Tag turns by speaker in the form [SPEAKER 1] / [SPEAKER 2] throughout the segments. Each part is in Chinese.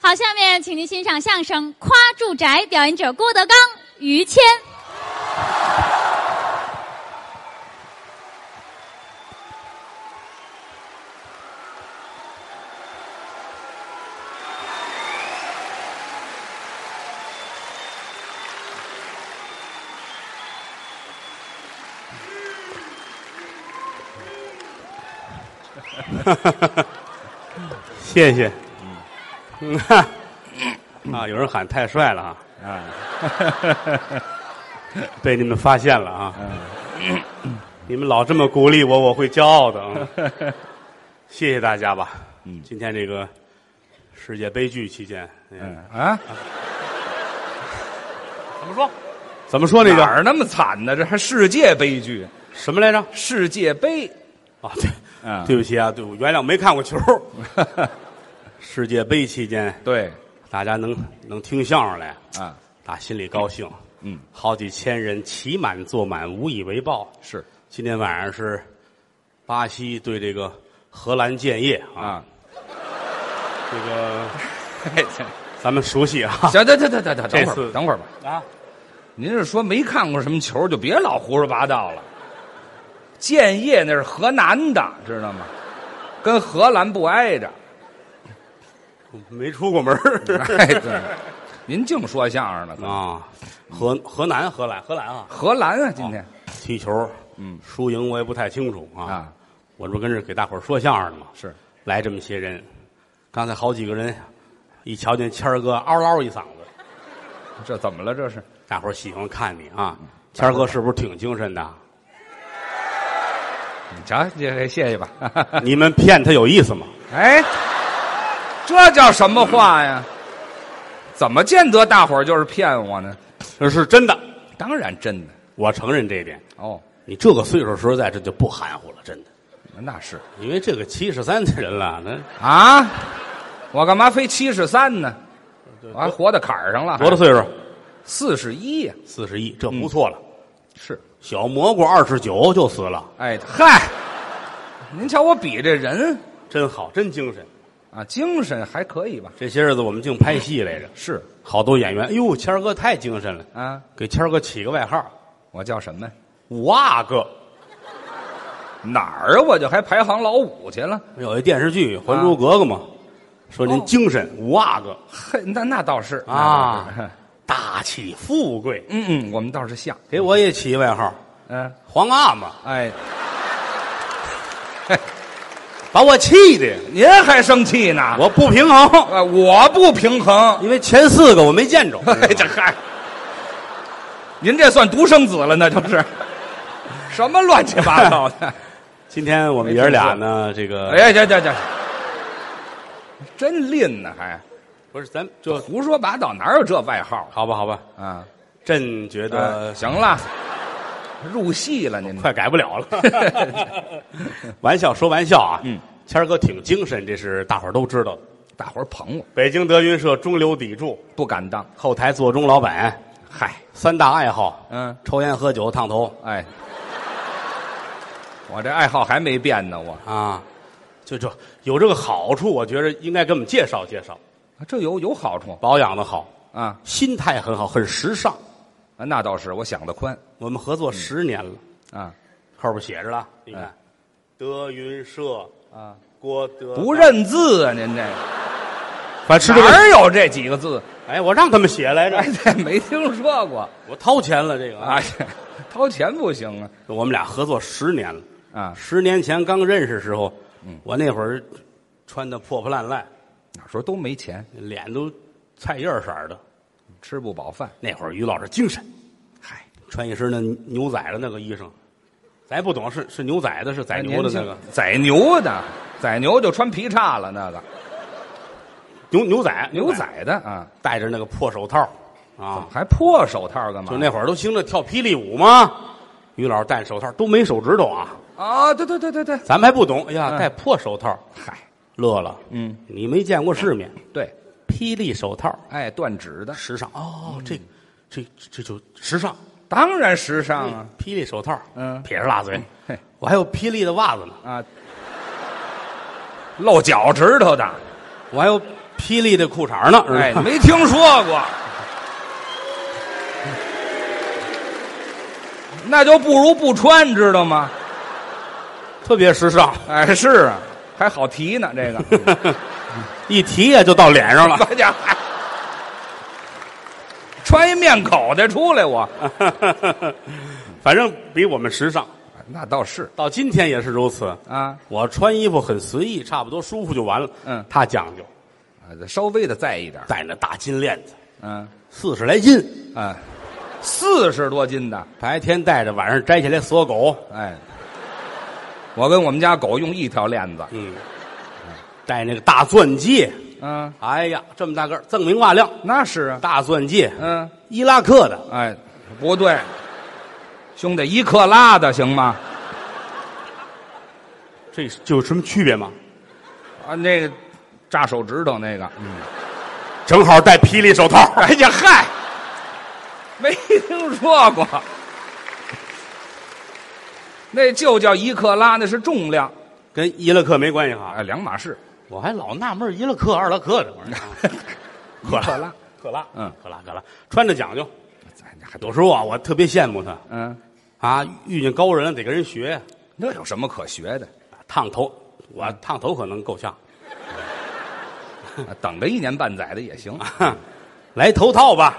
[SPEAKER 1] 好，下面请您欣赏相声《夸住宅》，表演者郭德纲、于谦。
[SPEAKER 2] 谢谢。嗯，哈 啊，有人喊太帅了啊！ 被你们发现了啊！ 你们老这么鼓励我，我会骄傲的啊！谢谢大家吧。嗯，今天这个世界杯剧期间，嗯，
[SPEAKER 3] 啊？怎么说？
[SPEAKER 2] 怎么说那
[SPEAKER 3] 哪
[SPEAKER 2] 个
[SPEAKER 3] 儿那么惨呢？这还世界杯剧，
[SPEAKER 2] 什么来着？
[SPEAKER 3] 世界杯
[SPEAKER 2] 啊，对，
[SPEAKER 3] 嗯
[SPEAKER 2] 对不起啊，对，我原谅没看过球。世界杯期间，
[SPEAKER 3] 对
[SPEAKER 2] 大家能能听相声来，
[SPEAKER 3] 啊，
[SPEAKER 2] 打心里高兴。
[SPEAKER 3] 嗯，
[SPEAKER 2] 好几千人骑满坐满，无以为报。
[SPEAKER 3] 是
[SPEAKER 2] 今天晚上是巴西对这个荷兰建业啊，
[SPEAKER 3] 啊。
[SPEAKER 2] 这个
[SPEAKER 3] 嘿行
[SPEAKER 2] 咱们熟悉啊。
[SPEAKER 3] 行，等等等等等
[SPEAKER 2] 这
[SPEAKER 3] 会儿
[SPEAKER 2] 次
[SPEAKER 3] 吧，等会儿吧。
[SPEAKER 2] 啊，
[SPEAKER 3] 您是说没看过什么球，就别老胡说八道了。建业那是河南的，知道吗？跟荷兰不挨 着。
[SPEAKER 2] 没出过门儿
[SPEAKER 3] 哎，对，您净说相声 了，
[SPEAKER 2] 啊。河河南、荷兰、荷兰啊，
[SPEAKER 3] 荷兰啊，今天
[SPEAKER 2] 踢球，嗯，输赢我也不太清楚啊。
[SPEAKER 3] 啊
[SPEAKER 2] 我这不跟这给大伙儿说相声呢吗？
[SPEAKER 3] 是
[SPEAKER 2] 来这么些人，刚才好几个人，一瞧见谦儿哥，嗷嗷一嗓子，
[SPEAKER 3] 这怎么了？这是
[SPEAKER 2] 大伙儿喜欢看你啊。谦儿哥是不是挺精神的？
[SPEAKER 3] 你瞧，这谢谢吧。
[SPEAKER 2] 你们骗他有意思吗？
[SPEAKER 3] 哎，这叫什么话呀？怎么见得大伙儿就是骗我呢？
[SPEAKER 2] 这是真的，
[SPEAKER 3] 当然真的
[SPEAKER 2] 我承认这一点。
[SPEAKER 3] 哦，
[SPEAKER 2] 你这个岁数实在这就不含糊了，真的。
[SPEAKER 3] 那是
[SPEAKER 2] 因为这个七十三的人了，那
[SPEAKER 3] 啊，我干嘛非七十三呢？我还活到坎儿上了，
[SPEAKER 2] 多大岁数？
[SPEAKER 3] 四十一呀？
[SPEAKER 2] 四十一，这不错了。
[SPEAKER 3] 是，
[SPEAKER 2] 小蘑菇二十九就死了，
[SPEAKER 3] 哎，嗨，您瞧我比这人
[SPEAKER 2] 真好，真精神。
[SPEAKER 3] 啊，精神还可以吧？
[SPEAKER 2] 这些日子我们净拍戏来着，
[SPEAKER 3] 是
[SPEAKER 2] 好多演员。哎呦，谦儿哥太精神了，
[SPEAKER 3] 啊，
[SPEAKER 2] 给谦儿哥起个外号
[SPEAKER 3] 我叫什么？
[SPEAKER 2] “五阿哥
[SPEAKER 3] 哪儿啊？我就还排行老五去了。”。
[SPEAKER 2] 有一电视剧《还珠格格》嘛，说您精神，五阿哥
[SPEAKER 3] 嘿，那那倒是那倒是
[SPEAKER 2] 啊，大气富贵。
[SPEAKER 3] 嗯嗯，我们倒是像，
[SPEAKER 2] 给我也起一外号
[SPEAKER 3] 嗯，
[SPEAKER 2] “皇阿玛
[SPEAKER 3] 哎，”，
[SPEAKER 2] 把我气的，
[SPEAKER 3] 您还生气呢？
[SPEAKER 2] 我不平衡。
[SPEAKER 3] 我我不平衡，
[SPEAKER 2] 因为前四个我没见着，
[SPEAKER 3] 哎，这嗨，您这算独生子了，那 就是什么乱七八糟 的？
[SPEAKER 2] 今天我们爷儿俩呢，这个
[SPEAKER 3] 哎，这这这，真吝呢还
[SPEAKER 2] 不是咱就
[SPEAKER 3] 胡说八道，哪有这外号
[SPEAKER 2] 好吧，好吧，
[SPEAKER 3] 啊？
[SPEAKER 2] 朕觉
[SPEAKER 3] 呃，
[SPEAKER 2] 得
[SPEAKER 3] 行了，入戏了您，
[SPEAKER 2] 快改不了了。 玩笑说玩笑啊，
[SPEAKER 3] 嗯，
[SPEAKER 2] 谦儿哥挺精神，这是大伙儿都知道的。
[SPEAKER 3] 大伙儿捧我，
[SPEAKER 2] 北京德云社中流砥柱，
[SPEAKER 3] 不敢当。
[SPEAKER 2] 后台座钟老板，
[SPEAKER 3] 嗨，
[SPEAKER 2] 三大爱好：
[SPEAKER 3] 嗯，
[SPEAKER 2] 抽烟、喝酒、烫头
[SPEAKER 3] 哎，我这爱好还没变呢，我
[SPEAKER 2] 啊。就这有这个好处，我觉得应该给我们介绍介绍。
[SPEAKER 3] 这有有好处
[SPEAKER 2] 保养的好，
[SPEAKER 3] 啊，
[SPEAKER 2] 心态很好，很时尚。
[SPEAKER 3] 那倒是，我想得宽
[SPEAKER 2] 我们合作十年了。
[SPEAKER 3] 啊
[SPEAKER 2] 后边写着了，你看，
[SPEAKER 3] 嗯
[SPEAKER 2] 哎德云社
[SPEAKER 3] 啊，
[SPEAKER 2] 郭德
[SPEAKER 3] 不，认字啊，您这
[SPEAKER 2] 反正吃这
[SPEAKER 3] 哪
[SPEAKER 2] 个。
[SPEAKER 3] 儿有这几个字？
[SPEAKER 2] 哎，我让他们写来着
[SPEAKER 3] 哎，，这没听说过
[SPEAKER 2] 我掏钱了这个。
[SPEAKER 3] 啊， 掏钱不行啊
[SPEAKER 2] 我们俩合作十年了，
[SPEAKER 3] 啊！
[SPEAKER 2] 十年前刚认识时候，
[SPEAKER 3] 嗯
[SPEAKER 2] 我那会儿穿的破破烂烂，
[SPEAKER 3] 哪时候都没钱，
[SPEAKER 2] 脸都菜叶色儿的。
[SPEAKER 3] 吃不饱饭，
[SPEAKER 2] 那会儿于老师精神，
[SPEAKER 3] 嗨，
[SPEAKER 2] 穿一身那牛仔的那个衣裳，咱也不懂是是牛仔的，是宰牛的那个
[SPEAKER 3] 宰牛的，宰牛就穿皮叉了，那个
[SPEAKER 2] 牛牛仔
[SPEAKER 3] 牛，仔的啊，
[SPEAKER 2] 戴着那个破手套啊，
[SPEAKER 3] 还破手套干嘛？
[SPEAKER 2] 就那会儿都兴着跳霹雳舞嘛，于老师戴手套都没手指头啊，
[SPEAKER 3] 啊，对对对对对，
[SPEAKER 2] 咱们还不懂。哎呀，
[SPEAKER 3] 嗯
[SPEAKER 2] 戴破手套，
[SPEAKER 3] 嗨，
[SPEAKER 2] 乐了。
[SPEAKER 3] 嗯，
[SPEAKER 2] 你没见过世面，
[SPEAKER 3] 对，
[SPEAKER 2] 霹雳手套，
[SPEAKER 3] 哎，断指的，
[SPEAKER 2] 时尚哦，
[SPEAKER 3] 嗯
[SPEAKER 2] 这这这就时尚。哎
[SPEAKER 3] 当然时尚啊
[SPEAKER 2] 霹雳手套，
[SPEAKER 3] 嗯
[SPEAKER 2] 撇着大嘴
[SPEAKER 3] 嘿，
[SPEAKER 2] 我还有霹雳的
[SPEAKER 3] 嗯
[SPEAKER 2] 袜子呢，
[SPEAKER 3] 啊，露脚趾头的，
[SPEAKER 2] 我还有霹雳的裤衩呢，是吧
[SPEAKER 3] 哎，没听说过，那就不如不穿，知道吗？
[SPEAKER 2] 特别时尚，
[SPEAKER 3] 哎，是啊，还好提呢，这个。
[SPEAKER 2] 一提呀就到脸上了。
[SPEAKER 3] 大家伙穿一面口袋出来我，
[SPEAKER 2] 反正比我们时尚，
[SPEAKER 3] 那倒是
[SPEAKER 2] 到今天也是如此。
[SPEAKER 3] 啊，
[SPEAKER 2] 我穿衣服很随意，差不多舒服就完了。
[SPEAKER 3] 嗯
[SPEAKER 2] 他讲究，
[SPEAKER 3] 稍微的在意点儿，
[SPEAKER 2] 戴那大金链子，
[SPEAKER 3] 嗯
[SPEAKER 2] 四十来斤，
[SPEAKER 3] 啊，四十多斤的，
[SPEAKER 2] 白天戴着，晚上摘下来锁狗。
[SPEAKER 3] 哎，我跟我们家狗用一条链子，
[SPEAKER 2] 嗯，戴那个大钻戒，
[SPEAKER 3] 嗯，
[SPEAKER 2] 哎呀，这么大个儿，锃明瓦亮，
[SPEAKER 3] 那是啊，
[SPEAKER 2] 大钻戒，
[SPEAKER 3] 嗯，
[SPEAKER 2] 伊拉克的，
[SPEAKER 3] 哎，不对，兄弟，一克拉的行吗？
[SPEAKER 2] 这有什么区别吗？
[SPEAKER 3] 啊，那个扎手指头那个，
[SPEAKER 2] 正好戴霹雳手套，
[SPEAKER 3] 哎呀嗨，没听说过，那就叫一克拉，那是重量，
[SPEAKER 2] 跟伊拉克没关系哈。
[SPEAKER 3] 哎，两码事，
[SPEAKER 2] 我还老纳闷儿伊拉克、二拉克这玩意 儿。克
[SPEAKER 3] 克拉，
[SPEAKER 2] 克拉，
[SPEAKER 3] 嗯
[SPEAKER 2] 克拉，克拉，穿着讲究。
[SPEAKER 3] 咱这还
[SPEAKER 2] 有时候啊，我特别羡慕他
[SPEAKER 3] 嗯，
[SPEAKER 2] 啊，遇见高人了得跟人学呀。
[SPEAKER 3] 那有什么可学的？
[SPEAKER 2] 烫头，我
[SPEAKER 3] 嗯
[SPEAKER 2] 烫头可能够呛。
[SPEAKER 3] 啊等个一年半载的也行。
[SPEAKER 2] 来头套吧，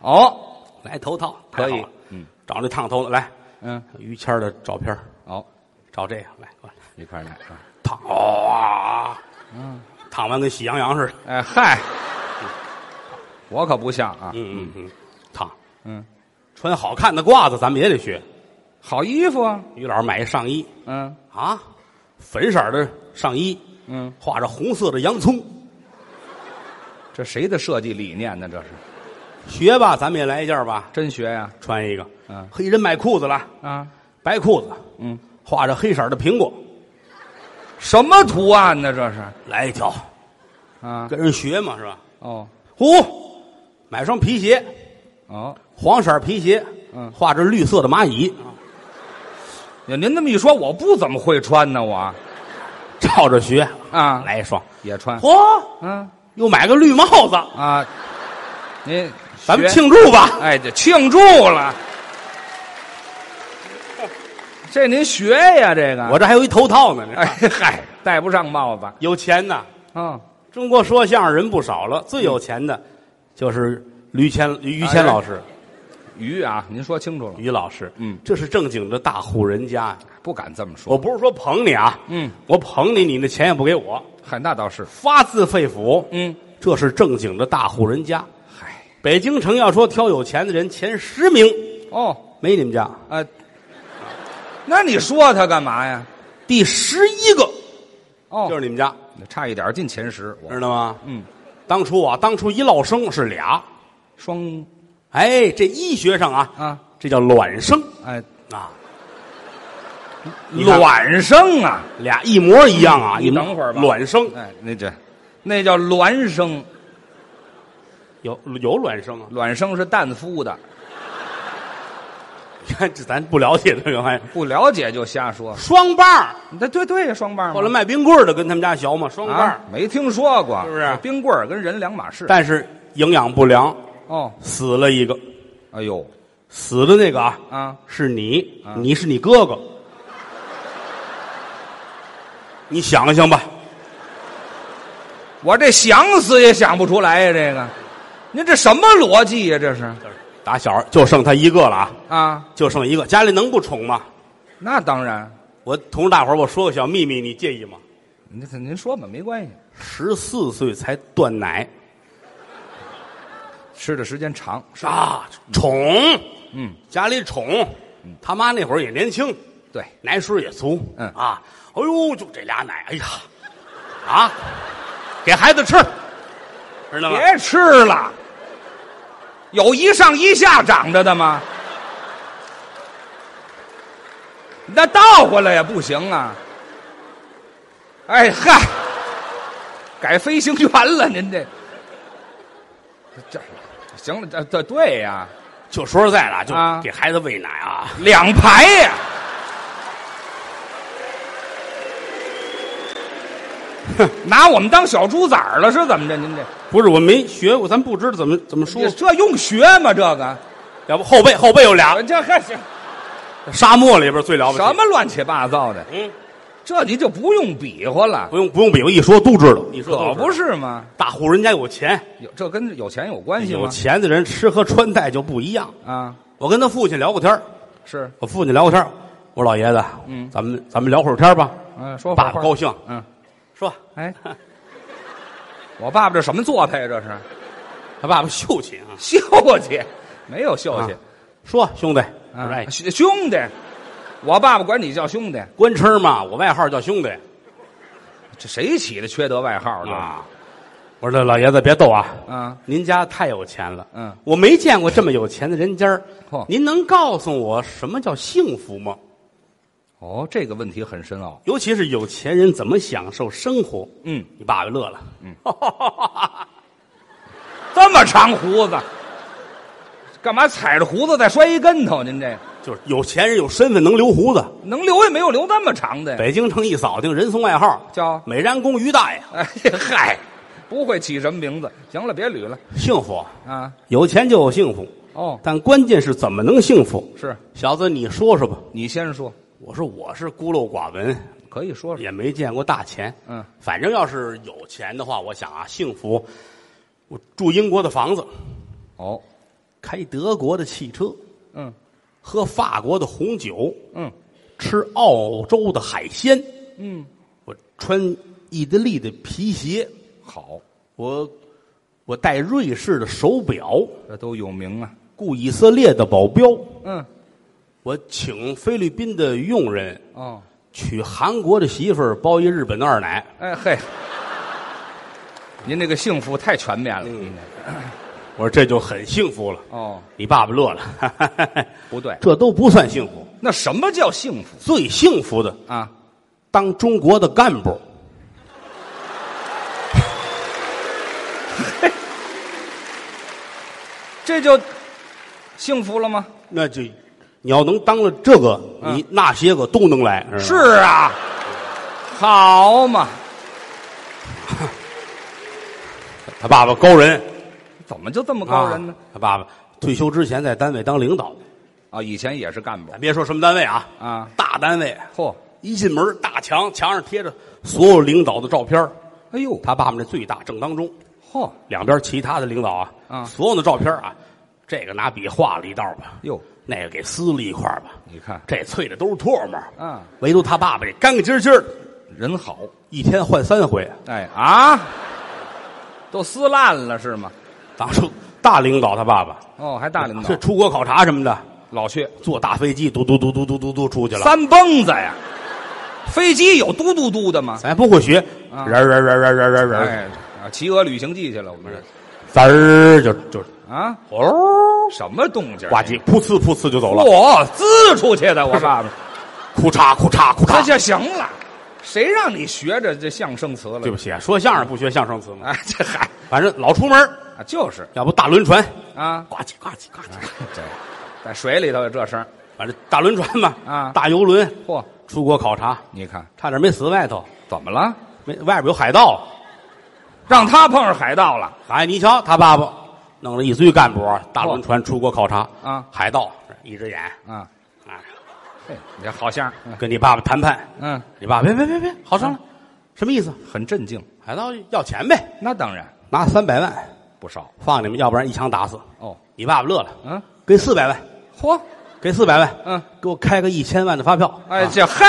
[SPEAKER 3] 哦，
[SPEAKER 2] 来头套
[SPEAKER 3] 可
[SPEAKER 2] 太
[SPEAKER 3] 以
[SPEAKER 2] 好了嗯，找那烫头的来，
[SPEAKER 3] 嗯，
[SPEAKER 2] 于谦儿的照片儿，
[SPEAKER 3] 哦，
[SPEAKER 2] 照这个来，过来
[SPEAKER 3] 一块儿来啊。
[SPEAKER 2] 烫哇，嗯，烫完跟喜羊羊似的，
[SPEAKER 3] 哎嗨，我可不像啊。
[SPEAKER 2] 嗯嗯嗯，烫，
[SPEAKER 3] 嗯，
[SPEAKER 2] 穿好看的褂子咱们也得学。
[SPEAKER 3] 好衣服啊。
[SPEAKER 2] 于老师买一上衣
[SPEAKER 3] 嗯
[SPEAKER 2] 啊，粉色儿的上衣，
[SPEAKER 3] 嗯，
[SPEAKER 2] 画着红色的洋葱，
[SPEAKER 3] 这谁的设计理念呢？这是
[SPEAKER 2] 学吧，咱们也来一件吧，
[SPEAKER 3] 真学呀、
[SPEAKER 2] 穿一个。
[SPEAKER 3] 嗯
[SPEAKER 2] 黑人买裤子了，
[SPEAKER 3] 啊！
[SPEAKER 2] 白裤子，
[SPEAKER 3] 嗯，
[SPEAKER 2] 画着黑色的苹果，
[SPEAKER 3] 什么图案呢？这是
[SPEAKER 2] 来一条，
[SPEAKER 3] 啊。
[SPEAKER 2] 跟人学嘛，是吧？
[SPEAKER 3] 哦
[SPEAKER 2] 五，买双皮鞋，
[SPEAKER 3] 哦，
[SPEAKER 2] 黄色皮鞋，
[SPEAKER 3] 嗯
[SPEAKER 2] 画着绿色的蚂蚁，
[SPEAKER 3] 您这么一说，我不怎么会穿呢。我
[SPEAKER 2] 照着学
[SPEAKER 3] 啊
[SPEAKER 2] 来一双。
[SPEAKER 3] 也穿。
[SPEAKER 2] 嚯，
[SPEAKER 3] 嗯
[SPEAKER 2] 又买个绿帽子，
[SPEAKER 3] 啊，您
[SPEAKER 2] 咱们
[SPEAKER 3] 学
[SPEAKER 2] 庆祝吧！
[SPEAKER 3] 哎，这庆祝 了。这您学呀，这个
[SPEAKER 2] 我这还有一头套呢，
[SPEAKER 3] 哎
[SPEAKER 2] 哎，
[SPEAKER 3] 嗨，戴不上帽子啊、
[SPEAKER 2] 有钱呐！
[SPEAKER 3] 哦
[SPEAKER 2] 中国说相声人不少
[SPEAKER 3] 嗯
[SPEAKER 2] 了，最有钱的，就是于谦于谦老师，
[SPEAKER 3] 鱼啊，您说清楚了，
[SPEAKER 2] 于老师，
[SPEAKER 3] 哎嗯
[SPEAKER 2] 这是正经的大户人家呀。
[SPEAKER 3] 不敢这么说。
[SPEAKER 2] 我不是说捧你啊，
[SPEAKER 3] 嗯，
[SPEAKER 2] 我捧你，你那钱也不给我，
[SPEAKER 3] 嗨，那倒是，
[SPEAKER 2] 发自肺腑，
[SPEAKER 3] 嗯，
[SPEAKER 2] 这是正经的大户人家。
[SPEAKER 3] 嗨，
[SPEAKER 2] 北京城要说挑有钱的人，前十名
[SPEAKER 3] 哦，
[SPEAKER 2] 没你们家，
[SPEAKER 3] 啊、那你说他干嘛呀？
[SPEAKER 2] 第十一个
[SPEAKER 3] 哦，
[SPEAKER 2] 就是你们家，
[SPEAKER 3] 差一点进前十，我
[SPEAKER 2] 知道吗？
[SPEAKER 3] 嗯，
[SPEAKER 2] 当初啊，当初一落生是俩，
[SPEAKER 3] 双
[SPEAKER 2] 哎，这医学上啊，
[SPEAKER 3] 啊，
[SPEAKER 2] 这叫卵生
[SPEAKER 3] 哎，
[SPEAKER 2] 啊，你看
[SPEAKER 3] 卵生啊，
[SPEAKER 2] 俩一模一样啊。
[SPEAKER 3] 你
[SPEAKER 2] 们
[SPEAKER 3] 等会儿吧
[SPEAKER 2] 卵生
[SPEAKER 3] 哎，那这那叫卵生，
[SPEAKER 2] 有有卵生啊？
[SPEAKER 3] 卵生是蛋孵的，
[SPEAKER 2] 你看这咱不了解这个 玩意儿，
[SPEAKER 3] 不了解就瞎说。
[SPEAKER 2] 双棒儿，
[SPEAKER 3] 那对对呀，双棒嘛
[SPEAKER 2] 后来卖冰棍儿的跟他们家学嘛，双棒儿
[SPEAKER 3] 啊，，没听说过，
[SPEAKER 2] 是不是
[SPEAKER 3] 冰棍儿跟人两码事。
[SPEAKER 2] 但是营养不良，
[SPEAKER 3] 哦，
[SPEAKER 2] 死了一个，
[SPEAKER 3] 哎呦
[SPEAKER 2] 死的那个啊，
[SPEAKER 3] 啊，
[SPEAKER 2] 是你
[SPEAKER 3] 啊，
[SPEAKER 2] 你是你哥哥。你想想吧，
[SPEAKER 3] 我这想死也想不出来呀、这个，您这什么逻辑呀、这是
[SPEAKER 2] 打小就剩他一个了啊，
[SPEAKER 3] 啊？
[SPEAKER 2] 就剩一个，家里能不宠吗？
[SPEAKER 3] 那当然，
[SPEAKER 2] 我同着大伙儿我说个小秘密，你介意吗？
[SPEAKER 3] 您您说吧，没关系，
[SPEAKER 2] 十四岁才断奶
[SPEAKER 3] 吃的时间长是吧？
[SPEAKER 2] 啊，宠，
[SPEAKER 3] 嗯，
[SPEAKER 2] 家里宠，他妈那会儿也年轻，
[SPEAKER 3] 对，
[SPEAKER 2] 奶水也足，
[SPEAKER 3] 嗯
[SPEAKER 2] 啊，哎呦，就这俩奶，哎呀，啊，给孩子吃，知道吗？
[SPEAKER 3] 别吃了，有一上一下长着的吗？那倒回来也不行啊！哎嗨，改飞行员了，您这这行了，这这对呀、
[SPEAKER 2] 就说实在的啊，
[SPEAKER 3] 啊
[SPEAKER 2] 就给孩子喂奶啊，
[SPEAKER 3] 两排呀、拿我们当小猪崽儿了是怎么着？您这
[SPEAKER 2] 不是我没学过，咱不知道怎么怎么说
[SPEAKER 3] 这。这用学吗？这个
[SPEAKER 2] 要不后背后背有俩
[SPEAKER 3] 啊，这还行
[SPEAKER 2] 沙漠里边最了不起。
[SPEAKER 3] 什？么乱七八糟的？
[SPEAKER 2] 嗯，
[SPEAKER 3] 这你就不用比划了，
[SPEAKER 2] 不用不用比划，一说都知道。一说
[SPEAKER 3] 可
[SPEAKER 2] 都
[SPEAKER 3] 不
[SPEAKER 2] 是
[SPEAKER 3] 是吗？
[SPEAKER 2] 大户人家有钱，
[SPEAKER 3] 有这跟有钱有关系
[SPEAKER 2] 有
[SPEAKER 3] 吗？
[SPEAKER 2] 钱的人吃喝穿戴就不一样。
[SPEAKER 3] 啊，
[SPEAKER 2] 我跟他父亲聊过天儿
[SPEAKER 3] 是，
[SPEAKER 2] 我父亲聊过天儿我说老爷子，
[SPEAKER 3] 嗯
[SPEAKER 2] 咱们咱们聊会儿天儿吧。
[SPEAKER 3] 嗯、说
[SPEAKER 2] 爸
[SPEAKER 3] 话
[SPEAKER 2] 爸高，兴，
[SPEAKER 3] 嗯，
[SPEAKER 2] 说
[SPEAKER 3] 哎，我爸爸这什么做派？这是
[SPEAKER 2] 他爸爸秀气啊，
[SPEAKER 3] 秀气，没有秀气
[SPEAKER 2] 啊说兄弟，我
[SPEAKER 3] 啊
[SPEAKER 2] 说哎，
[SPEAKER 3] 兄兄弟，我爸爸管你叫兄弟，
[SPEAKER 2] 官称嘛，我外号叫兄弟
[SPEAKER 3] 这谁起的缺德外号呢？
[SPEAKER 2] 啊。我说老爷子别逗啊，
[SPEAKER 3] 啊，
[SPEAKER 2] 您家太有钱了，
[SPEAKER 3] 嗯，
[SPEAKER 2] 我没见过这么有钱的人家儿
[SPEAKER 3] 嚯
[SPEAKER 2] 您能告诉我什么叫幸福吗？
[SPEAKER 3] 哦，这个问题很深奥。
[SPEAKER 2] 尤其是有钱人怎么享受生活？
[SPEAKER 3] 嗯，
[SPEAKER 2] 你爸爸乐了，嗯，
[SPEAKER 3] 这么长胡子，干嘛踩着胡子再摔一跟头？您这
[SPEAKER 2] 就是有钱人有身份能留胡子。
[SPEAKER 3] 能留也没有留那么长的呀。
[SPEAKER 2] 北京城一扫听，人送外号
[SPEAKER 3] 叫
[SPEAKER 2] 美髯公于大爷，
[SPEAKER 3] 哎 嗨，不会起什么名字。行了，别捋了
[SPEAKER 2] 幸福，
[SPEAKER 3] 啊。
[SPEAKER 2] 有钱就有幸福，
[SPEAKER 3] 哦，
[SPEAKER 2] 但关键是怎么能幸福？
[SPEAKER 3] 是
[SPEAKER 2] 小子，你说说吧。
[SPEAKER 3] 你先说，
[SPEAKER 2] 我说我是孤陋寡闻，
[SPEAKER 3] 可以说说。
[SPEAKER 2] 也没见过大钱。
[SPEAKER 3] 嗯，
[SPEAKER 2] 反正要是有钱的话，我想啊，幸福。我住英国的房子，
[SPEAKER 3] 哦，
[SPEAKER 2] 开德国的汽车，
[SPEAKER 3] 嗯
[SPEAKER 2] 喝法国的红酒，
[SPEAKER 3] 嗯
[SPEAKER 2] 吃澳洲的海鲜，
[SPEAKER 3] 嗯，
[SPEAKER 2] 我穿意大利的皮鞋，
[SPEAKER 3] 好，
[SPEAKER 2] 我我戴瑞士的手表，
[SPEAKER 3] 这都有名啊。
[SPEAKER 2] 雇以色列的保镖，
[SPEAKER 3] 嗯，
[SPEAKER 2] 我请菲律宾的佣人，
[SPEAKER 3] 哦，
[SPEAKER 2] 娶韩国的媳妇儿，包一日本的二奶。
[SPEAKER 3] 哎嘿，您这个幸福太全面了。
[SPEAKER 2] 嗯，我说这就很幸福了。
[SPEAKER 3] 哦，
[SPEAKER 2] 你爸爸乐了，
[SPEAKER 3] 不对，
[SPEAKER 2] 这都不算幸福，
[SPEAKER 3] 那什么叫幸福
[SPEAKER 2] 最幸福的
[SPEAKER 3] 啊？
[SPEAKER 2] 当中国的干部。
[SPEAKER 3] 这就幸福了吗？
[SPEAKER 2] 那就你要能当了这个，
[SPEAKER 3] 嗯
[SPEAKER 2] 你那些个都能来。
[SPEAKER 3] 是
[SPEAKER 2] 吧
[SPEAKER 3] 啊，好嘛，
[SPEAKER 2] 他爸爸高人，
[SPEAKER 3] 怎么就这么高人呢？
[SPEAKER 2] 啊他爸爸退休之前在单位当领导，
[SPEAKER 3] 啊，以前也是干部
[SPEAKER 2] 咱别说什么单位啊，
[SPEAKER 3] 啊。
[SPEAKER 2] 大单位，
[SPEAKER 3] 嚯，
[SPEAKER 2] 一进门大墙墙上贴着所有领导的照片儿
[SPEAKER 3] 哎呦，
[SPEAKER 2] 他爸爸那最大正当中，
[SPEAKER 3] 嚯，
[SPEAKER 2] 两边其他的领导啊，
[SPEAKER 3] 啊
[SPEAKER 2] 所有的照片儿啊，这个拿笔画了一道吧，
[SPEAKER 3] 哟，
[SPEAKER 2] 那个给撕了一块儿吧，
[SPEAKER 3] 你看
[SPEAKER 2] 这啐的都是唾沫儿
[SPEAKER 3] 啊，
[SPEAKER 2] 唯独他爸爸这干干净净儿的，
[SPEAKER 3] 人好，
[SPEAKER 2] 一天换三回。
[SPEAKER 3] 哎啊，都撕烂了是吗？
[SPEAKER 2] 当初大领导他爸爸
[SPEAKER 3] 哦，还大领导
[SPEAKER 2] 这出国考察什么的，
[SPEAKER 3] 老去
[SPEAKER 2] 坐大飞机嘟嘟嘟嘟嘟嘟嘟出去了，
[SPEAKER 3] 三蹦子呀，飞机有嘟嘟嘟的吗？
[SPEAKER 2] 咱不会学，
[SPEAKER 3] 啊
[SPEAKER 2] 人儿人儿人儿人儿人儿人儿
[SPEAKER 3] 哎，啊，企鹅旅行记去了，我们这
[SPEAKER 2] 滋儿就就
[SPEAKER 3] 啊，
[SPEAKER 2] 哦，
[SPEAKER 3] 什么动静？
[SPEAKER 2] 呱唧，噗呲噗呲就走了，
[SPEAKER 3] 我滋出去的，我爸爸。
[SPEAKER 2] 哭嚓哭嚓哭
[SPEAKER 3] 那
[SPEAKER 2] 嚓。
[SPEAKER 3] 就行了，谁让你学着这相声词了？
[SPEAKER 2] 对不起，说相声不学相声词吗？
[SPEAKER 3] 哎，这嗨，
[SPEAKER 2] 反正老出门儿，
[SPEAKER 3] 啊就是
[SPEAKER 2] 要不大轮船，
[SPEAKER 3] 啊，
[SPEAKER 2] 呱唧呱唧呱唧，
[SPEAKER 3] 这在水里头有这声儿。
[SPEAKER 2] 反正大轮船嘛，
[SPEAKER 3] 啊
[SPEAKER 2] 大游轮
[SPEAKER 3] 嚯，
[SPEAKER 2] 出国考察，
[SPEAKER 3] 你看
[SPEAKER 2] 差点没死外头，
[SPEAKER 3] 怎么了？
[SPEAKER 2] 没外边有海盗。
[SPEAKER 3] 让他碰上海盗了？
[SPEAKER 2] 哎，你瞧他爸爸弄了一堆干部，大轮船出国考察
[SPEAKER 3] 啊
[SPEAKER 2] 海盗一只眼
[SPEAKER 3] 啊，
[SPEAKER 2] 啊，
[SPEAKER 3] 嘿，你这好相儿，嗯
[SPEAKER 2] 跟你爸爸谈判，
[SPEAKER 3] 嗯，
[SPEAKER 2] 你爸别别别别，好
[SPEAKER 3] 啊
[SPEAKER 2] 商量，什么意思？
[SPEAKER 3] 很镇静。
[SPEAKER 2] 海盗要钱呗，
[SPEAKER 3] 那当然
[SPEAKER 2] 拿三百万
[SPEAKER 3] 不少
[SPEAKER 2] 放你们，要不然一枪打死。
[SPEAKER 3] 哦。
[SPEAKER 2] 你爸爸乐了，
[SPEAKER 3] 嗯，
[SPEAKER 2] 给四百万，
[SPEAKER 3] 嚯，
[SPEAKER 2] 给四百万，
[SPEAKER 3] 嗯，
[SPEAKER 2] 给我开个一千万的发票。
[SPEAKER 3] 哎，
[SPEAKER 2] 啊
[SPEAKER 3] 这嗨，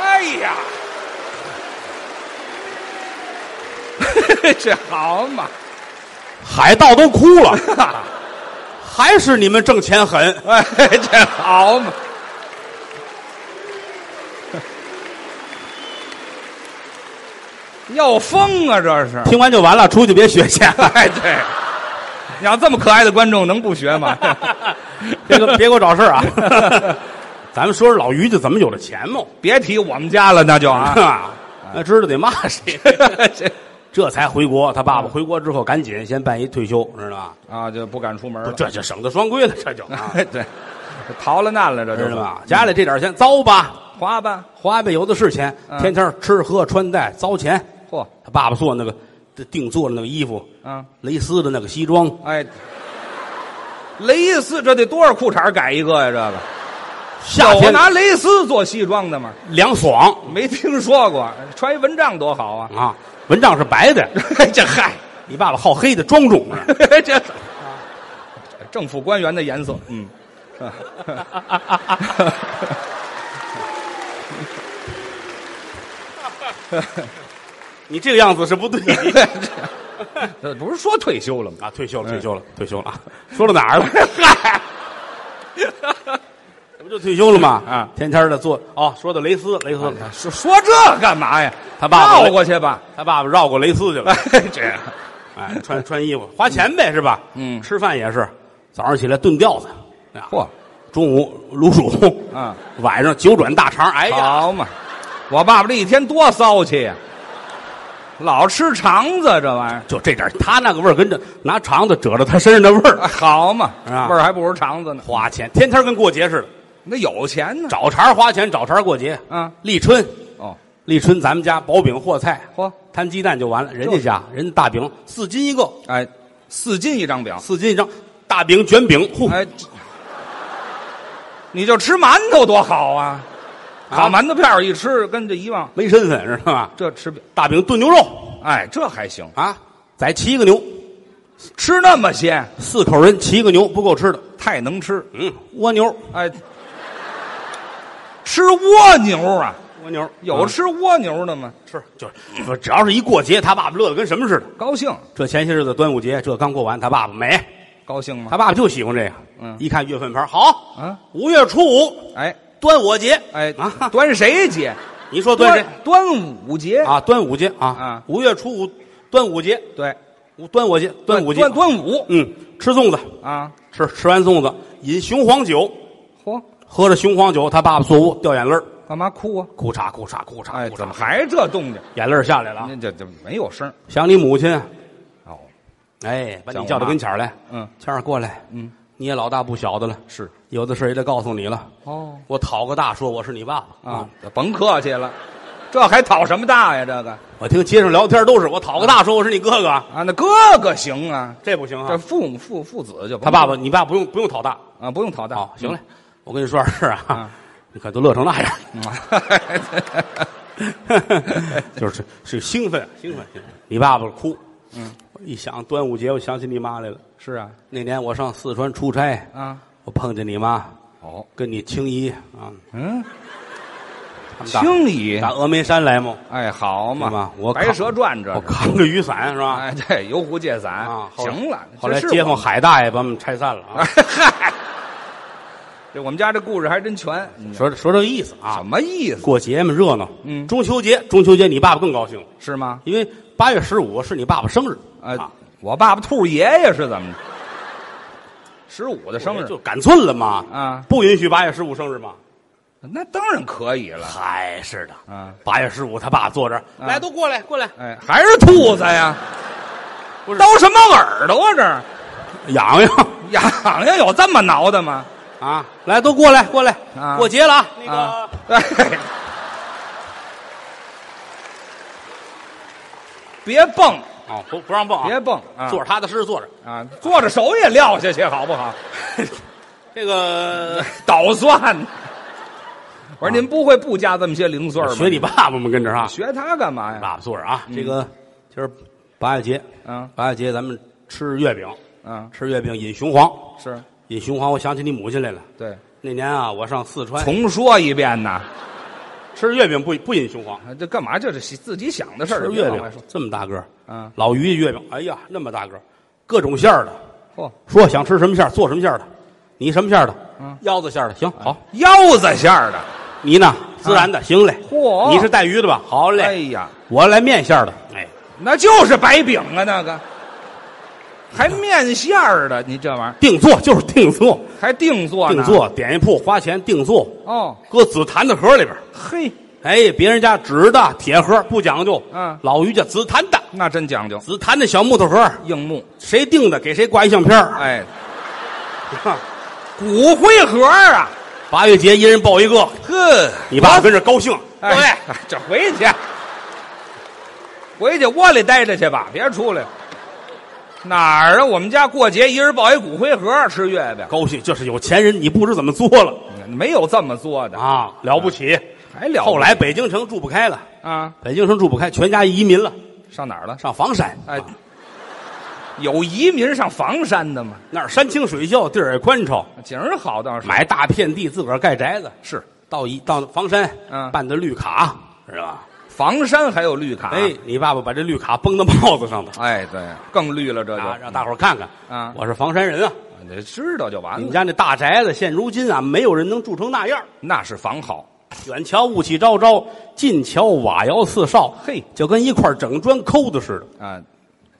[SPEAKER 3] 哎呀， 这好嘛，
[SPEAKER 2] 海盗都哭了，还是你们挣钱狠。
[SPEAKER 3] 哎，这好嘛。要疯啊！这是，
[SPEAKER 2] 听完就完了，出去别学去。
[SPEAKER 3] 哎，对， 你要这么可爱的观众，能不学吗？
[SPEAKER 2] 别给我别给我找事儿啊！ 咱们说说老于家怎么有的钱嘛？
[SPEAKER 3] 别提我们家了，那就啊，
[SPEAKER 2] 啊，那知道得骂谁。
[SPEAKER 3] 这
[SPEAKER 2] 这才回国，他爸爸回国之后，赶紧先办一退休，知道吧？
[SPEAKER 3] 啊就不敢出门
[SPEAKER 2] 不
[SPEAKER 3] 了。
[SPEAKER 2] 这就省得双规了，这就啊，
[SPEAKER 3] 对，逃了难了，这
[SPEAKER 2] 知
[SPEAKER 3] 就
[SPEAKER 2] 道
[SPEAKER 3] 是
[SPEAKER 2] 吧？家里这点钱糟吧？
[SPEAKER 3] 花吧，
[SPEAKER 2] 花呗有的是钱，
[SPEAKER 3] 嗯
[SPEAKER 2] 天天吃喝穿戴糟钱。
[SPEAKER 3] 嚯，
[SPEAKER 2] 他爸爸做那个定做的那个衣服，
[SPEAKER 3] 嗯，
[SPEAKER 2] 蕾丝的那个西装，
[SPEAKER 3] 哎，蕾丝这得多少裤衩改一个呀？这个
[SPEAKER 2] 夏
[SPEAKER 3] 有啊
[SPEAKER 2] 天
[SPEAKER 3] 拿蕾丝做西装的吗？
[SPEAKER 2] 凉爽
[SPEAKER 3] 没听说过，穿一蚊帐多好啊！
[SPEAKER 2] 啊，蚊帐是白的。
[SPEAKER 3] 这嗨，
[SPEAKER 2] 你爸爸好黑的庄重啊，
[SPEAKER 3] 这政府官员的颜色， 嗯，
[SPEAKER 2] 你这个样子是不对的。
[SPEAKER 3] 这不是说退休了吗？
[SPEAKER 2] 啊，退休了，
[SPEAKER 3] 哎
[SPEAKER 2] 退休了，退休了啊！说到哪儿了？ 嗨，这不就退休了吗？
[SPEAKER 3] 啊，哎
[SPEAKER 2] 天天的做哦，说到蕾丝，蕾丝，
[SPEAKER 3] 说说这干嘛呀？
[SPEAKER 2] 他爸爸
[SPEAKER 3] 绕过去吧。
[SPEAKER 2] 他爸爸绕过蕾丝去了
[SPEAKER 3] 哎，， 这样，
[SPEAKER 2] 哎，穿穿衣服花钱呗，是吧？
[SPEAKER 3] 嗯
[SPEAKER 2] 吃饭也是，早上起来炖吊子，啊
[SPEAKER 3] 嚯，
[SPEAKER 2] 中午卤煮，
[SPEAKER 3] 啊，
[SPEAKER 2] 晚上九转大肠，哎呀，
[SPEAKER 3] 好嘛，我爸爸这一天多骚气呀、老吃肠子这玩意儿。
[SPEAKER 2] 就这点儿，他那个味儿跟着拿肠子褶着他身上的味
[SPEAKER 3] 哎
[SPEAKER 2] 儿，
[SPEAKER 3] 好嘛，
[SPEAKER 2] 是吧
[SPEAKER 3] 味儿还不如肠子呢。
[SPEAKER 2] 花钱，天天跟过节似的，
[SPEAKER 3] 那有钱呢？
[SPEAKER 2] 找茬儿花钱，找茬儿过节。
[SPEAKER 3] 啊，
[SPEAKER 2] 立春，
[SPEAKER 3] 哦，
[SPEAKER 2] 立春咱们家薄饼和菜，
[SPEAKER 3] 嚯，
[SPEAKER 2] 摊鸡蛋就完了。人家家人家大饼四斤一个，
[SPEAKER 3] 哎，四斤一张表，
[SPEAKER 2] 四斤一张，大饼卷饼，呼，
[SPEAKER 3] 哎，这你就吃馒头多好啊！
[SPEAKER 2] 啊
[SPEAKER 3] 烤馒头片儿一吃，跟这一样，
[SPEAKER 2] 没身份是吧？
[SPEAKER 3] 这吃饼，
[SPEAKER 2] 大饼炖牛肉
[SPEAKER 3] 哎，这还行，
[SPEAKER 2] 啊，宰七个牛，
[SPEAKER 3] 吃那么些
[SPEAKER 2] 四口人七个牛不够吃的，
[SPEAKER 3] 太能吃，
[SPEAKER 2] 嗯，蜗牛，
[SPEAKER 3] 哎，吃蜗牛啊？
[SPEAKER 2] 蜗牛
[SPEAKER 3] 有
[SPEAKER 2] 吃
[SPEAKER 3] 吃蜗牛的吗？
[SPEAKER 2] 吃，就是不只要是一过节，他爸爸乐得跟什么似的。
[SPEAKER 3] 高兴，
[SPEAKER 2] 这前些日子端午节，这刚过完，他爸爸美，
[SPEAKER 3] 高兴吗
[SPEAKER 2] 他？爸爸就喜欢这个。
[SPEAKER 3] 嗯
[SPEAKER 2] 一看月份牌，好，
[SPEAKER 3] 啊，
[SPEAKER 2] 五月初五
[SPEAKER 3] 哎
[SPEAKER 2] 端午节，
[SPEAKER 3] 哎，
[SPEAKER 2] 啊，
[SPEAKER 3] 端谁节？
[SPEAKER 2] 你说 端
[SPEAKER 3] 端
[SPEAKER 2] 谁
[SPEAKER 3] 端午节？
[SPEAKER 2] 啊？端午节啊
[SPEAKER 3] 啊，
[SPEAKER 2] 五月初五端午节，
[SPEAKER 3] 对，
[SPEAKER 2] 五端午节，端午节，
[SPEAKER 3] 端端午
[SPEAKER 2] 嗯，吃粽子，
[SPEAKER 3] 啊，
[SPEAKER 2] 吃吃完粽子，饮雄黄酒，
[SPEAKER 3] 嚯，
[SPEAKER 2] 喝着雄黄酒，他爸爸坐屋掉眼泪儿，
[SPEAKER 3] 干嘛哭啊？
[SPEAKER 2] 哭嚓哭嚓哭嚓，
[SPEAKER 3] 哎，
[SPEAKER 2] 哭嚓
[SPEAKER 3] 怎么还这动静？
[SPEAKER 2] 眼泪儿下来了啊？
[SPEAKER 3] 那这这没有声儿
[SPEAKER 2] 想你母亲，
[SPEAKER 3] 哦，
[SPEAKER 2] 哎，把
[SPEAKER 3] 想
[SPEAKER 2] 你
[SPEAKER 3] 我
[SPEAKER 2] 叫到
[SPEAKER 3] 妈
[SPEAKER 2] 跟前儿来，
[SPEAKER 3] 嗯，
[SPEAKER 2] 谦儿过来，
[SPEAKER 3] 嗯，
[SPEAKER 2] 你也老大不小的了，
[SPEAKER 3] 是
[SPEAKER 2] 有的事也得告诉你了，
[SPEAKER 3] 哦
[SPEAKER 2] 我讨个大说我是你爸爸
[SPEAKER 3] 啊，，甭客气了，这还讨什么大呀？这个
[SPEAKER 2] 我听街上聊天都是我讨个大说我是你哥哥，
[SPEAKER 3] 啊，那哥哥行啊，
[SPEAKER 2] 这不行
[SPEAKER 3] 这
[SPEAKER 2] 啊，
[SPEAKER 3] 父母父父子就甭
[SPEAKER 2] 他爸爸你爸不用不用讨大，
[SPEAKER 3] 啊，不用讨大
[SPEAKER 2] 好，行嘞，我跟你说点事儿啊
[SPEAKER 3] 啊，
[SPEAKER 2] 你可都乐成那样，
[SPEAKER 3] 嗯
[SPEAKER 2] 就是是兴奋，兴奋，兴奋。你爸爸哭，嗯，一想端午节，我想起你妈来了。
[SPEAKER 3] 是啊
[SPEAKER 2] 那年我上四川出差，
[SPEAKER 3] 啊，
[SPEAKER 2] 我碰见你妈，
[SPEAKER 3] 哦，
[SPEAKER 2] 跟你青姨啊，
[SPEAKER 3] 嗯，
[SPEAKER 2] 他们打
[SPEAKER 3] 清理
[SPEAKER 2] 打峨眉山来嘛，
[SPEAKER 3] 哎，好
[SPEAKER 2] 对吧
[SPEAKER 3] 嘛，
[SPEAKER 2] 我
[SPEAKER 3] 白
[SPEAKER 2] 扛
[SPEAKER 3] 蛇传这
[SPEAKER 2] 我
[SPEAKER 3] 是，
[SPEAKER 2] 扛着雨伞是吧？
[SPEAKER 3] 哎，对，游湖借伞
[SPEAKER 2] 啊，后来
[SPEAKER 3] 行了，
[SPEAKER 2] 后来
[SPEAKER 3] 这是
[SPEAKER 2] 街
[SPEAKER 3] 我
[SPEAKER 2] 坊海大爷把我们拆散了
[SPEAKER 3] 哎
[SPEAKER 2] 啊。
[SPEAKER 3] 嗨， 这我们家这故事还真全，
[SPEAKER 2] 说说这个意思啊
[SPEAKER 3] 什，么意思
[SPEAKER 2] 过节嘛热闹，
[SPEAKER 3] 嗯
[SPEAKER 2] 中秋节中秋节你爸爸更高兴了，
[SPEAKER 3] 是吗？
[SPEAKER 2] 因为八月十五是你爸爸生日
[SPEAKER 3] 啊，我爸爸兔爷爷是怎么着？十五的生日
[SPEAKER 2] 就赶寸了嘛
[SPEAKER 3] 啊
[SPEAKER 2] 不允许八月十五生日嘛。
[SPEAKER 3] 那当然可以了
[SPEAKER 2] 还是的，
[SPEAKER 3] 啊！
[SPEAKER 2] 八月十五他爸坐这儿，
[SPEAKER 3] 啊
[SPEAKER 2] 来都过来过来，
[SPEAKER 3] 哎，还是兔子呀？
[SPEAKER 2] 不是
[SPEAKER 3] 挠什么耳朵啊？这儿
[SPEAKER 2] 痒痒
[SPEAKER 3] 痒痒有这么挠的吗？
[SPEAKER 2] 啊，来都过来过来
[SPEAKER 3] 啊，
[SPEAKER 2] 过节了啊，那
[SPEAKER 3] 啊
[SPEAKER 2] 个，
[SPEAKER 3] 哎，别蹦，
[SPEAKER 2] 哦不不让蹦啊，
[SPEAKER 3] 别蹦，啊
[SPEAKER 2] 坐着踏踏实实坐着，
[SPEAKER 3] 啊，坐着手也撂下去，好不好？
[SPEAKER 2] 这 个
[SPEAKER 3] 捣蒜。我说您不会不加这么些零碎吗？
[SPEAKER 2] 啊学你爸爸们跟这儿啊，
[SPEAKER 3] 学嗯他干嘛呀？
[SPEAKER 2] 爸爸坐着啊，这个今儿八月节，
[SPEAKER 3] 啊
[SPEAKER 2] 八月节咱们吃月饼，
[SPEAKER 3] 啊，
[SPEAKER 2] 吃月饼饮雄黄，
[SPEAKER 3] 是
[SPEAKER 2] 饮雄黄，我想起你母亲来了。
[SPEAKER 3] 对，
[SPEAKER 2] 那年啊，我上四川
[SPEAKER 3] 重说一遍呐。
[SPEAKER 2] 吃月饼不不饮雄黄，
[SPEAKER 3] 啊这干嘛？这是自己想的事儿，
[SPEAKER 2] 吃
[SPEAKER 3] 就别
[SPEAKER 2] 月
[SPEAKER 3] 往外
[SPEAKER 2] 饼
[SPEAKER 3] 说。
[SPEAKER 2] 这么大个儿，
[SPEAKER 3] 啊，
[SPEAKER 2] 老于月饼，哎呀那么大个儿，各种馅儿的，
[SPEAKER 3] 嚯，
[SPEAKER 2] 说想吃什么馅儿做什么馅儿的，你什么馅儿的？
[SPEAKER 3] 嗯，
[SPEAKER 2] 腰子馅儿的，行好。
[SPEAKER 3] 腰子馅儿的，
[SPEAKER 2] 你呢？孜然的，行嘞。
[SPEAKER 3] 啊嚯
[SPEAKER 2] 你是带鱼的吧？好
[SPEAKER 3] 哎
[SPEAKER 2] 嘞。
[SPEAKER 3] 呀，
[SPEAKER 2] 我来面馅儿的。哎，
[SPEAKER 3] 那就是白饼啊，那个还面馅儿的，你这玩意
[SPEAKER 2] 定做就是定做，
[SPEAKER 3] 儿还定做呢？
[SPEAKER 2] 定做点一铺花钱定做，
[SPEAKER 3] 哦，
[SPEAKER 2] 搁紫檀的盒里边儿。
[SPEAKER 3] 嘿，
[SPEAKER 2] 哎，别人家纸的铁盒不讲究，
[SPEAKER 3] 嗯
[SPEAKER 2] 老于家紫檀的，
[SPEAKER 3] 那真讲究，
[SPEAKER 2] 紫檀的小木头盒，
[SPEAKER 3] 硬木，
[SPEAKER 2] 谁
[SPEAKER 3] 哎
[SPEAKER 2] 定的给谁挂一相片儿
[SPEAKER 3] 哎，骨灰盒啊，
[SPEAKER 2] 八月节一人抱一个，
[SPEAKER 3] 呵，
[SPEAKER 2] 你爸跟着高兴。
[SPEAKER 3] 哎
[SPEAKER 2] 对，
[SPEAKER 3] 哎这回去，回去窝里待着去吧，别出来了。哪儿啊？我们家过节一人抱一骨灰盒吃月饼，
[SPEAKER 2] 高兴就是有钱人，你不知怎么做了
[SPEAKER 3] 没有这么做的，
[SPEAKER 2] 啊，了不起。
[SPEAKER 3] 还了不起
[SPEAKER 2] 后来北京城住不开了，
[SPEAKER 3] 啊？
[SPEAKER 2] 北京城住不开，全家移民了，
[SPEAKER 3] 上哪儿了？
[SPEAKER 2] 上房山。
[SPEAKER 3] 哎
[SPEAKER 2] 啊，
[SPEAKER 3] 有移民上房山的吗？
[SPEAKER 2] 那儿山清水秀，地儿也宽敞，
[SPEAKER 3] 景儿好倒是
[SPEAKER 2] 买大片地，自个儿盖宅子。
[SPEAKER 3] 是，
[SPEAKER 2] 到一到房山，
[SPEAKER 3] 嗯
[SPEAKER 2] 办的绿卡，知道吧？
[SPEAKER 3] 房山还有绿卡，
[SPEAKER 2] 哎，你爸爸把这绿卡绷到帽子上了
[SPEAKER 3] 哎，对，更绿了这就
[SPEAKER 2] 啊，让大伙儿看看，
[SPEAKER 3] 嗯啊
[SPEAKER 2] 我是房山人啊。
[SPEAKER 3] 你得知道就完
[SPEAKER 2] 你们
[SPEAKER 3] 了。
[SPEAKER 2] 家那大宅子，现如今啊，没有人能住成那样儿。
[SPEAKER 3] 那是房好，
[SPEAKER 2] 远瞧雾气昭昭，近瞧瓦窑四少，
[SPEAKER 3] 嘿，
[SPEAKER 2] 就跟一块整砖抠的似的。
[SPEAKER 3] 啊，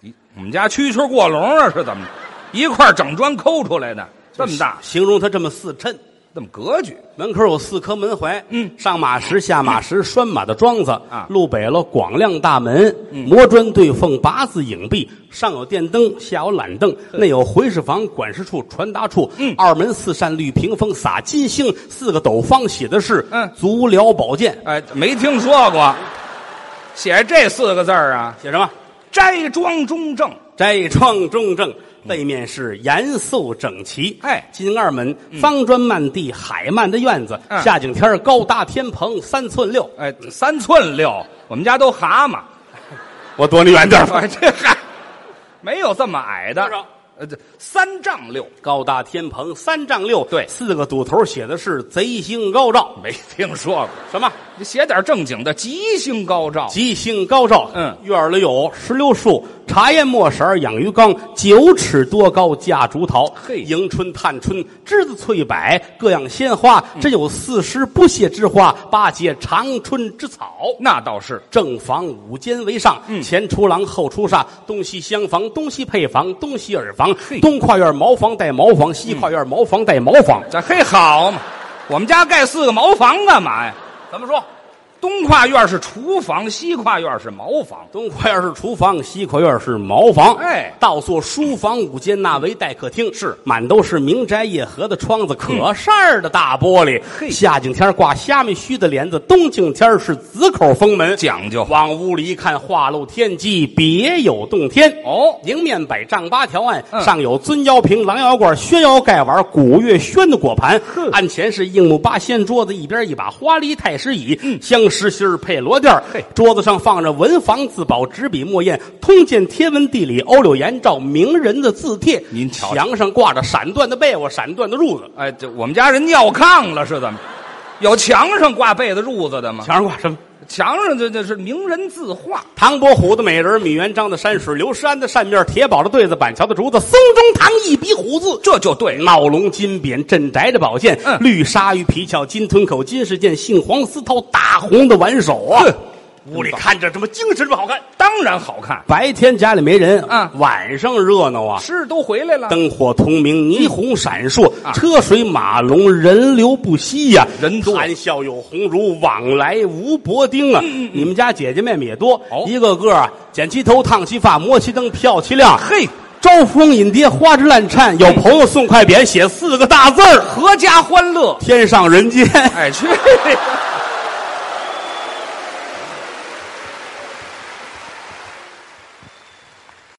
[SPEAKER 3] 一我们家蛐蛐过笼啊，是怎么着？一块整砖抠出来的，这么大，
[SPEAKER 2] 形容它这么四衬。
[SPEAKER 3] 这么格局，
[SPEAKER 2] 门口有四颗门槐，
[SPEAKER 3] 嗯
[SPEAKER 2] 上马石、下马石、拴马的桩子
[SPEAKER 3] 啊嗯
[SPEAKER 2] 路北了广亮大门，磨砖对缝，八字影壁，上有电灯，下有懒凳，内有回事房、管事处、传达处，
[SPEAKER 3] 嗯
[SPEAKER 2] 二门四扇绿屏风，撒金星，四个斗方写的是
[SPEAKER 3] 嗯
[SPEAKER 2] 足疗保健，
[SPEAKER 3] 哎，没听说过，写这四个字儿啊，
[SPEAKER 2] 写什么？
[SPEAKER 3] 斋庄中正，
[SPEAKER 2] 斋窗中
[SPEAKER 3] 嗯
[SPEAKER 2] 正，背面是严肃整齐。
[SPEAKER 3] 哎
[SPEAKER 2] 金二门方砖漫地，海漫的院子，
[SPEAKER 3] 嗯
[SPEAKER 2] 夏景天儿高搭天棚三寸六。
[SPEAKER 3] 哎，三寸六，我们家都蛤蟆，
[SPEAKER 2] 我躲你远点
[SPEAKER 3] 哎，这还没有这么矮的
[SPEAKER 2] 多少，
[SPEAKER 3] 呃，这三丈六，
[SPEAKER 2] 高搭天棚三丈六，
[SPEAKER 3] 对
[SPEAKER 2] 四个堵头写的是贼星高照。
[SPEAKER 3] 没听说过。
[SPEAKER 2] 什么？
[SPEAKER 3] 你写点正经的，吉星高照，
[SPEAKER 2] 吉星高照。
[SPEAKER 3] 嗯
[SPEAKER 2] 院儿里有石榴树、茶叶墨色儿养鱼缸，九尺多高架竹桃。
[SPEAKER 3] 嘿
[SPEAKER 2] 迎春、探春、栀子、翠柏，各样鲜花，真有四时不谢之花，八节长春之草。
[SPEAKER 3] 那倒是
[SPEAKER 2] 正房五间为上，前出廊后出煞，东西厢房，东西配房，东西耳房，东跨院茅房带茅房，西跨院茅房带茅房。
[SPEAKER 3] 这嘿好嘛，我们家盖四个茅房干嘛呀？怎么说？东跨院是厨房，西跨院是茅房。
[SPEAKER 2] 东跨院是厨房，西跨院是茅房。
[SPEAKER 3] 哎
[SPEAKER 2] 倒座书房五间那为待客厅，是满都是明斋夜合的窗子，可扇儿的大玻璃。
[SPEAKER 3] 嗯嘿
[SPEAKER 2] 夏景天挂虾米须的帘子，冬景天是紫口封门，
[SPEAKER 3] 讲究
[SPEAKER 2] 往屋里一看，画露天机，别有洞天。
[SPEAKER 3] 哦，
[SPEAKER 2] 迎面百丈八条案，
[SPEAKER 3] 嗯
[SPEAKER 2] 上有尊腰瓶、狼腰罐、宣腰盖碗、古月轩的果盘，案前是硬木八仙桌子，一边一把花梨太师椅，香石心儿配罗垫儿
[SPEAKER 3] 嗯嘿
[SPEAKER 2] 桌子上放着文房四宝、纸笔墨砚、通鉴天文地理、欧柳颜照、名人的字帖。
[SPEAKER 3] 您瞧瞧
[SPEAKER 2] 墙上挂着闪缎的被窝、闪缎的褥子，
[SPEAKER 3] 哎，这我们家人尿炕了是怎么？有墙上挂被子褥子的吗？
[SPEAKER 2] 墙上挂什么？
[SPEAKER 3] 墙上这这是名人字画，
[SPEAKER 2] 唐伯虎的美人，米元璋的山水，刘诗安的扇面，铁宝的对子，板桥的竹子，松中堂一笔虎字，
[SPEAKER 3] 这就对了。
[SPEAKER 2] 闹龙金匾、镇宅的宝剑、
[SPEAKER 3] 嗯
[SPEAKER 2] 绿鲨鱼皮鞘、金吞口、金饰剑、杏黄丝绦、大红的挽手啊
[SPEAKER 3] 哼！
[SPEAKER 2] 屋里看着这么精神，这么好看。
[SPEAKER 3] 当然好看，
[SPEAKER 2] 白天家里没人，
[SPEAKER 3] 嗯
[SPEAKER 2] 晚上热闹啊，
[SPEAKER 3] 是都回来了。
[SPEAKER 2] 灯火通明，霓虹闪烁，
[SPEAKER 3] 啊
[SPEAKER 2] 车水马龙，人流不息呀、
[SPEAKER 3] 人多
[SPEAKER 2] 谈笑有鸿儒，往来无薄丁啊！你们家姐姐妹妹也多，
[SPEAKER 3] 嗯哦
[SPEAKER 2] 一个个啊，剪齐头，烫齐发，磨齐灯，漂齐亮，
[SPEAKER 3] 嘿，
[SPEAKER 2] 招蜂引蝶，花枝乱颤。
[SPEAKER 3] 嗯
[SPEAKER 2] 有朋友送快匾，写四个大字儿。
[SPEAKER 3] 阖家欢乐。
[SPEAKER 2] 天上人间。
[SPEAKER 3] 哎，去你的！